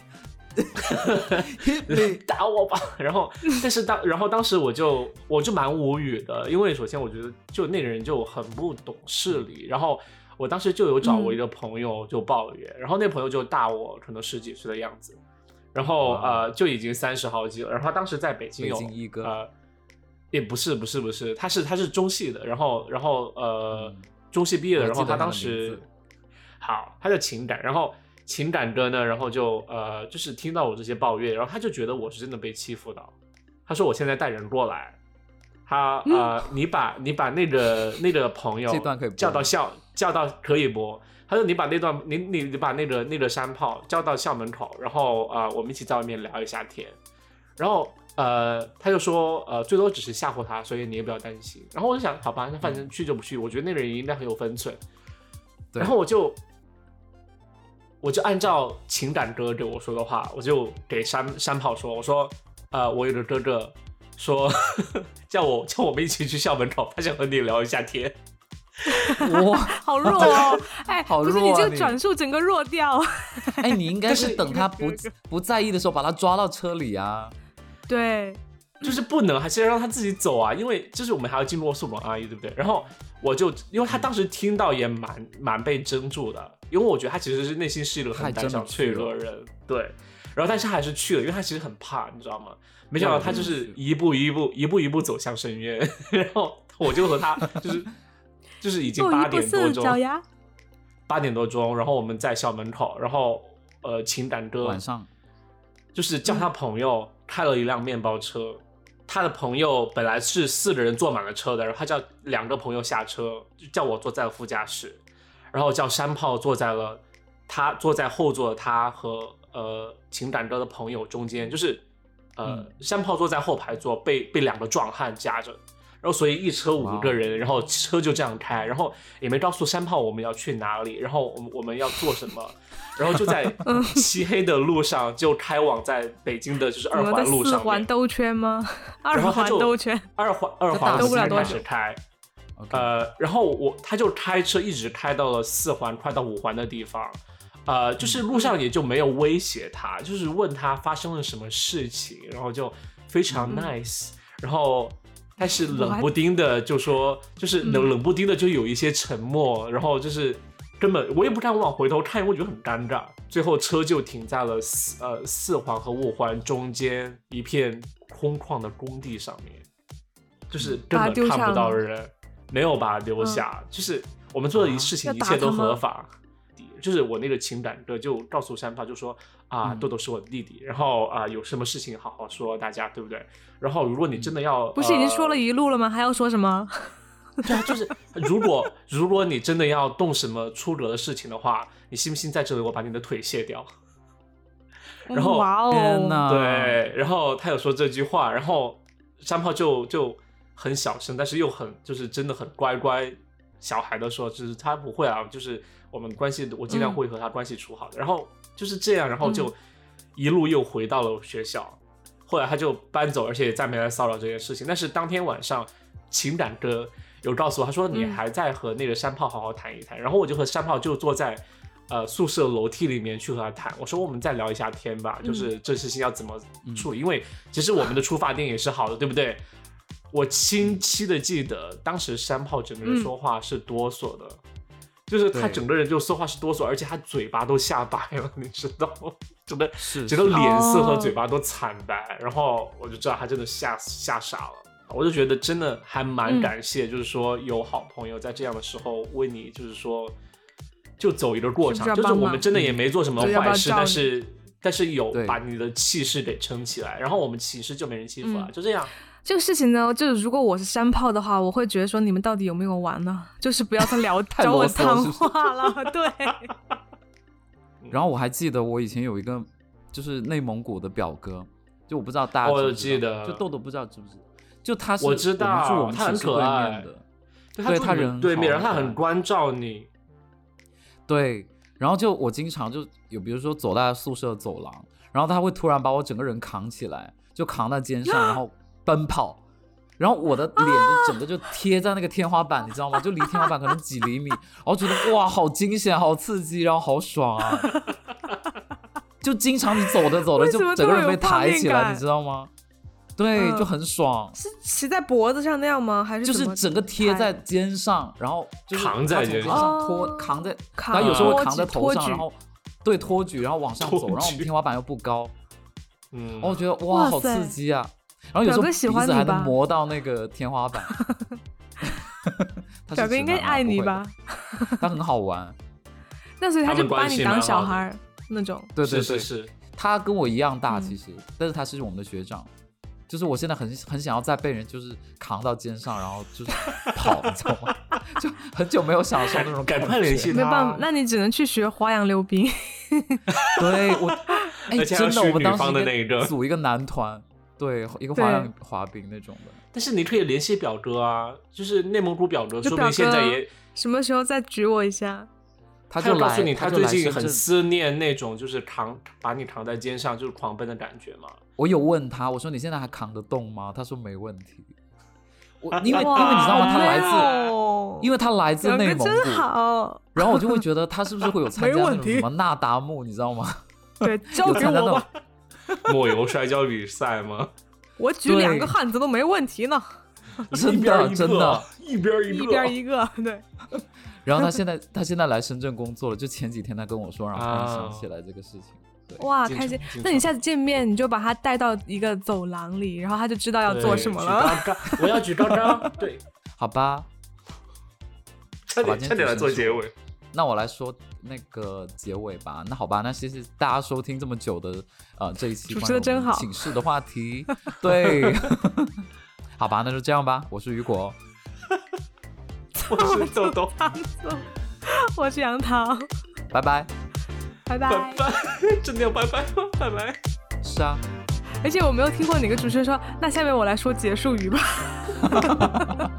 打我吧， 然后
嗯
但是当然后当时我就我就蛮无语的，因为首先我觉得就那个人就很不懂事
嗯
理，然后我当时就有找我一个朋友就抱怨，
嗯
然后那朋友就大我可能十几岁的样子，然后
哇
呃就已经三十好几了，然后他当时在北京
北
有
京一哥
呃也不是不是不是，他是他是中戏的，然后然后呃、
嗯
中戏毕业的，
我
然
记
后
得
他
他
当
的名
时
字
好，他叫情感，然后情感哥呢，然后就呃，就是听到我这些抱怨，然后他就觉得我是真的被欺负到，他说我现在带人过来，他呃，你把你把那个那个朋友
这段可以播
叫到
吗
校叫到可以播，他说你把那段你你你把那个那个山炮叫到校门口，然后呃，我们一起在外面聊一下天，然后呃，他就说呃，最多只是吓唬他，所以你也不要担心。然后我就想，好吧，那反正去就不去，我觉得那个人应该很有分寸。
嗯对
然后我就我就按照情感哥给我说的话，我就给山山炮说，我说呃，我有个哥哥说 叫我叫我们一起去校门口，他想和你聊一下天。
哇，
好弱 哦！哎，
好
不是
弱啊
你这
你
个转述整个弱掉。
哎，你应该
但是
是等他不不在意的时候把他抓到车里啊，
对，
就是不能，还是要让他自己走啊，因为就是我们还要经过宿管阿姨，对不对？然后我就，因为他当时听到也蛮蛮被怔住的，因为我觉得他其实是内心是一个很胆小脆弱的人，对。然后但是他还是去了，因为他其实很怕，你知道吗？没想到他就是一步一步、一步一步走向深渊， 然后我就和他就是就是已经
步
八
一步
点多
四
钟，
脚丫。
八点多钟，然后我们在校门口，然后呃，情感哥
晚上
就是叫他朋友开了一辆面包车，他的朋友本来是四个人坐满了车的，然后他叫两个朋友下车，就叫我坐在了副驾驶，然后叫山炮坐在了他坐在后座的他和呃情感哥的朋友中间，就是呃、
嗯
山炮坐在后排座被被两个壮汉夹着。然后所以一车
哇
五
哦
个人，然后车就这样开，然后也没告诉山炮我们要去哪里，然后我们我们要做什么，然后就在
嗯
漆黑的路上就开往在北京的就是
我
二
们
环
在
路
四
上
环
面，
兜圈吗？二
然后他
环
就
兜圈，
二环二
就
环
打
兜不了
路
多
开
久
始开，
，OK，
呃，然后我他就开车一直开到了四环，快到五环的地方，呃，就是路上也就没有威胁他，就是问他发生了什么事情，然后就非
嗯
常 nice，、然后但是冷不丁的就说，就是冷
嗯
冷不丁的就有一些沉默，然后就是根本我也不敢往回头看，因为我觉得很尴尬。最后车就停在了四呃四环和五环中间一片空旷的工地上面，就是
把
根
它
本
丢
看
下
不
了
到
吗
人。没有把它留下，就是我们做的一事情
啊
一切都合
要打
法。就是我那个情感哥就告诉山炮，就说啊，
嗯
豆豆是我的弟弟，然后啊，有什么事情好好说，大家对不对？然后如果你真的要，
嗯不是已经
呃
说了一路了吗？还要说什么？
对啊，就是如果如果你真的要动什么出格的事情的话，你信不信在这里我把你的腿卸掉？ 然后
哇
天
哦，
呐，，
对，然后他有说这句话，然后山炮就就很小声，但是又很就是真的很乖乖小孩的说，就是他不会啊，就是我们关系，我尽量
嗯
会和他关系处好的。然后就是这样，然后就
嗯
一路又回到了学校。后来他就搬走，而且也再没来骚扰这件事情。但是当天晚上，情感哥有告诉我，他说你
嗯
还在和那个山炮好好谈一谈。然后我就和山炮就坐在呃宿舍楼梯里面去和他谈，我说我们再聊一下天吧，就是这事情要怎么处理，因为其实我们的出发点也是好的，对不对？我清晰的记得当时山炮整个人说话是哆嗦的。就是他
对
整个人就说话是哆嗦，而且他嘴巴都吓白了，你知道吗？ 整个
是
整个脸色和
哦
嘴巴都惨白，然后我就知道他真的吓吓傻了。我就觉得真的还蛮
嗯
感谢，就是说有好朋友在这样的时候为你，就是说就走一个过场，
是不是要
就是
帮
我
忙
们真的也没做什么
嗯对要不
坏
要
事，
照
但
你
是但是有
对
把你的气势给撑起来，然后我们其实就没人欺负了，
嗯
就这样。
这个事情呢，就是如果我是山炮的话，我会觉得说你们到底有没有玩呢？就是不要再 聊
太
找我
啰嗦了
谈
是不是
话了。对，
嗯
然后我还记得我以前有一个就是内蒙古的表哥，就我不知道大家
哦我
知不知道
记得
就豆豆不知道知不知道，就他是
我知道
我们住我们
他很
寝室
可
对
爱
面的，
对
对他人很
对面，
好
然后他
对
很关照你，
对，然后就我经常就有，比如说走在宿舍走廊，然后他会突然把我整个人扛起来，就扛在肩上，然 后奔跑，然后我的
啊
脸就整个就贴在那个天花板，你知道吗？就离天花板可能几厘米，然后觉得哇，好惊险，好刺激，然后好爽啊！就经常你走着走着
为
就
什么
整个
这么
人被
有画
抬
面
起来，
感
你知道吗？对，
嗯
就很爽，
是骑在脖子上那样吗？还是
就
怎
是
么
整个贴
拍
在肩上，然后就是
扛在
他从
肩
肩上
上
拖
哦
扛在
扛
然后有时候
托
会扛
举
在头
托
上，
啊举
然后对托举，然后往上
托
走，然后我
举
们天花板又不高，
嗯
然后我觉得
哇
哇，好
塞
刺激啊！然后有时
表
候
哥
鼻
喜欢
子
你
还
吧
能磨到那个天花 板。他是
表哥
直
应该
男啊
爱你？
不
吧
会？的他很好 玩，
那所以他
他
就
们
不把
关
你
系
当
蛮
小
好的
孩儿那种。
对对
是
对，
是是，
他跟我一样大，
嗯
其实，但是他是我们的学长。就是我现在很很想要再被人就是扛到肩上，然后就是 跑，你知道吗？ 就很久没有享受那种
赶
感
快
觉
联系
没办法
他，
那你只能去学花样溜冰。
对 我，哎，
而且还
真
要
的，
选
我们
女
当时
方的
应该
那一个
组一个男团，对，一个
对
花样滑冰那种的，
但是你可以联系表哥啊，就是内蒙古表哥，
就
说不
表
定现在
哥
也
什么时候再举我一下？
他
就
就
告
来，
诉你，
他
他
就
最
来
近
深
很
圳
思念那种就是扛把你扛在肩上就是狂奔的感觉嘛。
我有问他，我说你现在还扛得动吗？他说没问题。我因为因为你知道
啊哇
吗？他来
好
自，
美哦
因为他来自
表
内
哥
蒙
真
古，
好，
然后我就会觉得他是不是会有参
没
加那
问
种
题
什么那达慕，你知道吗？
对，交
有
给
参加那
我
种
吧，
抹油摔跤比赛吗？
我举两
对
个汉子都没问题呢，
真
一边
的
一个
真的。，
一边一个，
一边一个，对，
然后他现在他现在来深圳工作了，就前几天他跟我说，然后突然想
啊
起来这个事情。对
哇，
进
开心
城进！
那你
城
下次见面，你就把他带到一个走廊里，然后他就知道要做
对
什么
举
了。
高高，我要举高高，对，
好吧，
差
好吧
点差点来做结尾。
那我来说那个结尾吧。那好吧，那谢谢大家收听这么久的呃这一期
主持
关于
得真
我们
好
寝室的话题。对， 好吧，那就这样吧。我是雨果，
我是豆 豆，
我是杨桃，
拜拜。
拜
拜
拜。
拜， 真的要拜拜吗？拜拜。
是啊，
而且我没有听过哪个主持人说，那下面我来说结束语吧。